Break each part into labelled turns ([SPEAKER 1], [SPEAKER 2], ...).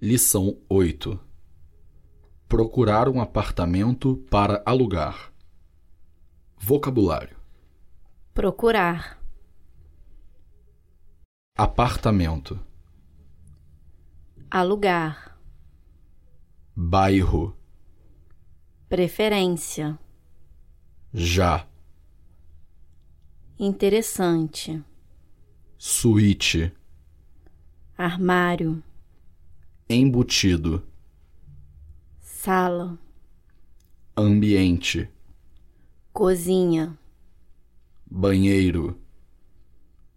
[SPEAKER 1] Lição 8: Procurar um apartamento para alugar. Vocabulário:
[SPEAKER 2] procurar,
[SPEAKER 1] apartamento,
[SPEAKER 2] alugar,
[SPEAKER 1] bairro,
[SPEAKER 2] preferência,
[SPEAKER 1] já,
[SPEAKER 2] interessante,
[SPEAKER 1] suíte,
[SPEAKER 2] armário,
[SPEAKER 1] embutido,
[SPEAKER 2] sala,
[SPEAKER 1] ambiente,
[SPEAKER 2] cozinha,
[SPEAKER 1] banheiro,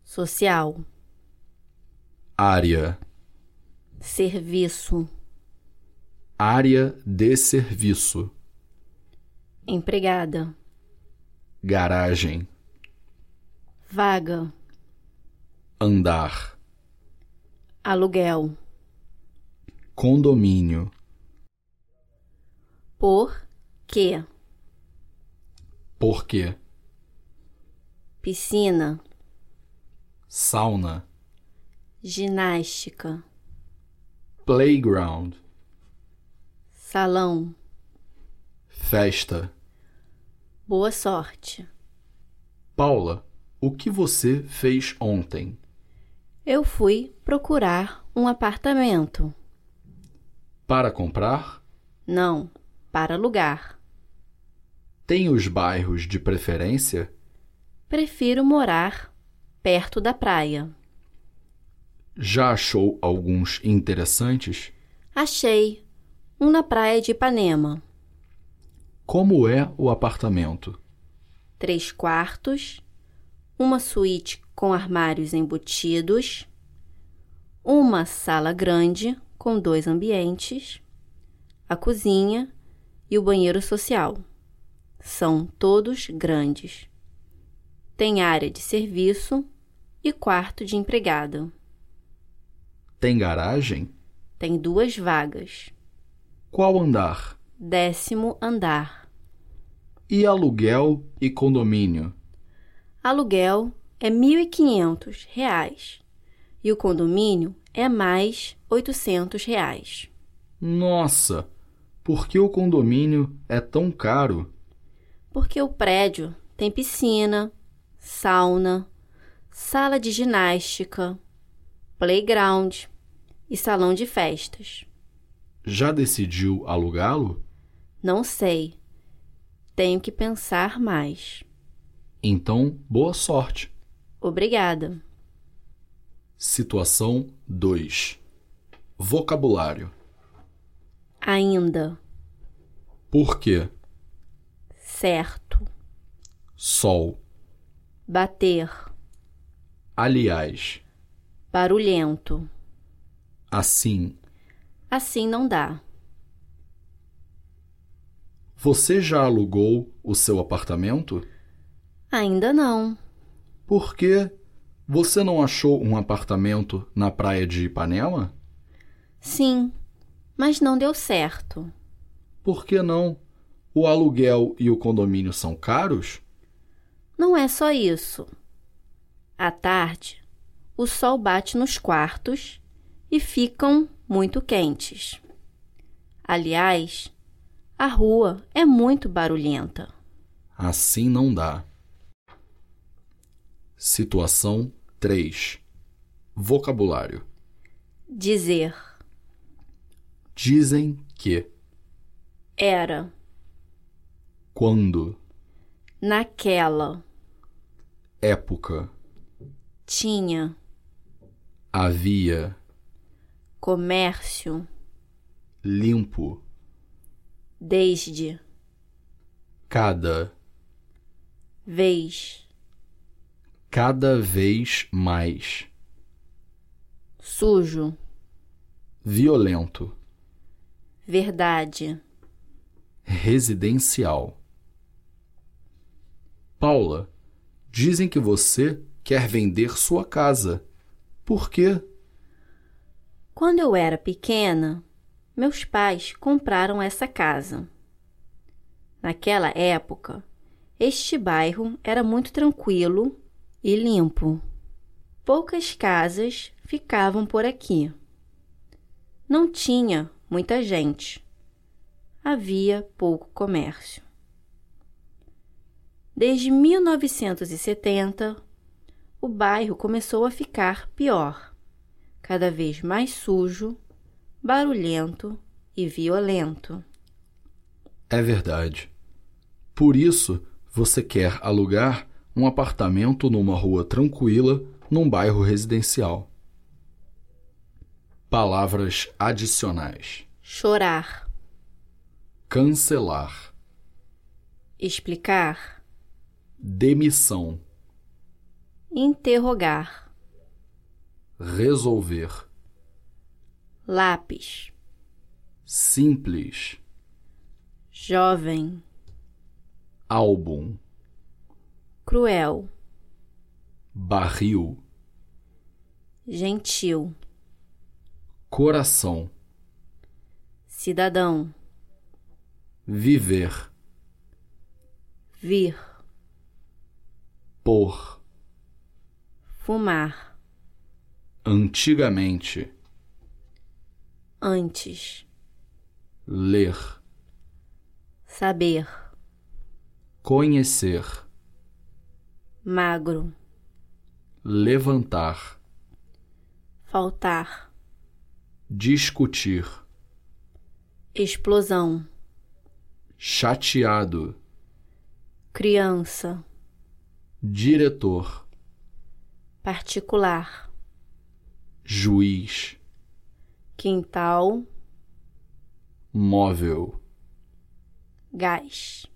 [SPEAKER 2] social,
[SPEAKER 1] área,
[SPEAKER 2] serviço,
[SPEAKER 1] área de serviço,
[SPEAKER 2] empregada,
[SPEAKER 1] garagem,
[SPEAKER 2] vaga,
[SPEAKER 1] andar,
[SPEAKER 2] aluguel,
[SPEAKER 1] condomínio,
[SPEAKER 2] por que,
[SPEAKER 1] porquê,
[SPEAKER 2] piscina,
[SPEAKER 1] sauna,
[SPEAKER 2] ginástica,
[SPEAKER 1] playground,
[SPEAKER 2] salão,
[SPEAKER 1] festa.
[SPEAKER 2] boa sorte.
[SPEAKER 1] Paula, o que você fez ontem?
[SPEAKER 2] Eu fui procurar um apartamento,
[SPEAKER 1] Para comprar,
[SPEAKER 2] não, para alugar.
[SPEAKER 1] tem os bairros de preferência?
[SPEAKER 2] Prefiro morar perto da praia.
[SPEAKER 1] Já achou alguns interessantes?
[SPEAKER 2] Achei um na praia de Ipanema.
[SPEAKER 1] Como é o apartamento?
[SPEAKER 2] Três quartos, uma suíte com armários embutidos, uma sala grande com dois ambientes, a cozinha e o banheiro social. São todos grandes. Tem área de serviço e quarto de empregada.
[SPEAKER 1] Tem garagem?
[SPEAKER 2] Tem duas vagas.
[SPEAKER 1] Qual andar?
[SPEAKER 2] Décimo andar.
[SPEAKER 1] E aluguel e condomínio?
[SPEAKER 2] Aluguel é R$ 1.500 reais, e o condomínio é mais R$ 800. Reais.
[SPEAKER 1] Nossa, por que o condomínio é tão caro?
[SPEAKER 2] Porque o prédio tem piscina, sauna, sala de ginástica, playground e salão de festas.
[SPEAKER 1] Já decidiu alugá-lo?
[SPEAKER 2] Não sei. Tenho que pensar mais.
[SPEAKER 1] Então, boa sorte.
[SPEAKER 2] Obrigada.
[SPEAKER 1] Situação 2: Vocabulário:
[SPEAKER 2] Ainda.
[SPEAKER 1] Por quê?
[SPEAKER 2] Certo.
[SPEAKER 1] Sol.
[SPEAKER 2] Bater.
[SPEAKER 1] Aliás,
[SPEAKER 2] Barulhento.
[SPEAKER 1] assim,
[SPEAKER 2] Assim não dá.
[SPEAKER 1] você já alugou o seu apartamento?
[SPEAKER 2] Ainda não.
[SPEAKER 1] Por quê? Você não achou um apartamento na praia de Ipanema?
[SPEAKER 2] Sim, mas não deu certo.
[SPEAKER 1] Por que não? O aluguel e o condomínio são caros?
[SPEAKER 2] Não é só isso. À tarde, o sol bate nos quartos e ficam muito quentes. Aliás, a rua é muito barulhenta.
[SPEAKER 1] Assim não dá. Situação 3. Vocabulário.
[SPEAKER 2] Dizer
[SPEAKER 1] Dizem que,
[SPEAKER 2] era,
[SPEAKER 1] quando,
[SPEAKER 2] naquela,
[SPEAKER 1] época,
[SPEAKER 2] tinha,
[SPEAKER 1] havia,
[SPEAKER 2] comércio,
[SPEAKER 1] limpo,
[SPEAKER 2] desde,
[SPEAKER 1] cada,
[SPEAKER 2] vez,
[SPEAKER 1] cada vez mais,
[SPEAKER 2] sujo,
[SPEAKER 1] violento,
[SPEAKER 2] verdade,
[SPEAKER 1] residencial. Paula, dizem que você quer vender sua casa. Por quê?
[SPEAKER 2] Quando eu era pequena, meus pais compraram essa casa. Naquela época, este bairro era muito tranquilo e limpo. Poucas casas ficavam por aqui. Não tinha muita gente. Havia pouco comércio. Desde 1970, o bairro começou a ficar pior, cada vez mais sujo, barulhento e violento.
[SPEAKER 1] É verdade. Por isso, você quer alugar um apartamento numa rua tranquila, num bairro residencial. Palavras adicionais:
[SPEAKER 2] Chorar,
[SPEAKER 1] cancelar,
[SPEAKER 2] explicar,
[SPEAKER 1] demissão,
[SPEAKER 2] interrogar,
[SPEAKER 1] resolver,
[SPEAKER 2] lápis,
[SPEAKER 1] simples,
[SPEAKER 2] jovem,
[SPEAKER 1] álbum,
[SPEAKER 2] cruel,
[SPEAKER 1] barril,
[SPEAKER 2] gentil,
[SPEAKER 1] coração,
[SPEAKER 2] cidadão,
[SPEAKER 1] viver,
[SPEAKER 2] vir,
[SPEAKER 1] por,
[SPEAKER 2] fumar,
[SPEAKER 1] antigamente,
[SPEAKER 2] antes,
[SPEAKER 1] ler,
[SPEAKER 2] saber,
[SPEAKER 1] conhecer,
[SPEAKER 2] magro,
[SPEAKER 1] levantar,
[SPEAKER 2] faltar,
[SPEAKER 1] discutir,
[SPEAKER 2] explosão,
[SPEAKER 1] chateado,
[SPEAKER 2] criança,
[SPEAKER 1] diretor,
[SPEAKER 2] particular,
[SPEAKER 1] juiz,
[SPEAKER 2] quintal,
[SPEAKER 1] móvel.
[SPEAKER 2] gás.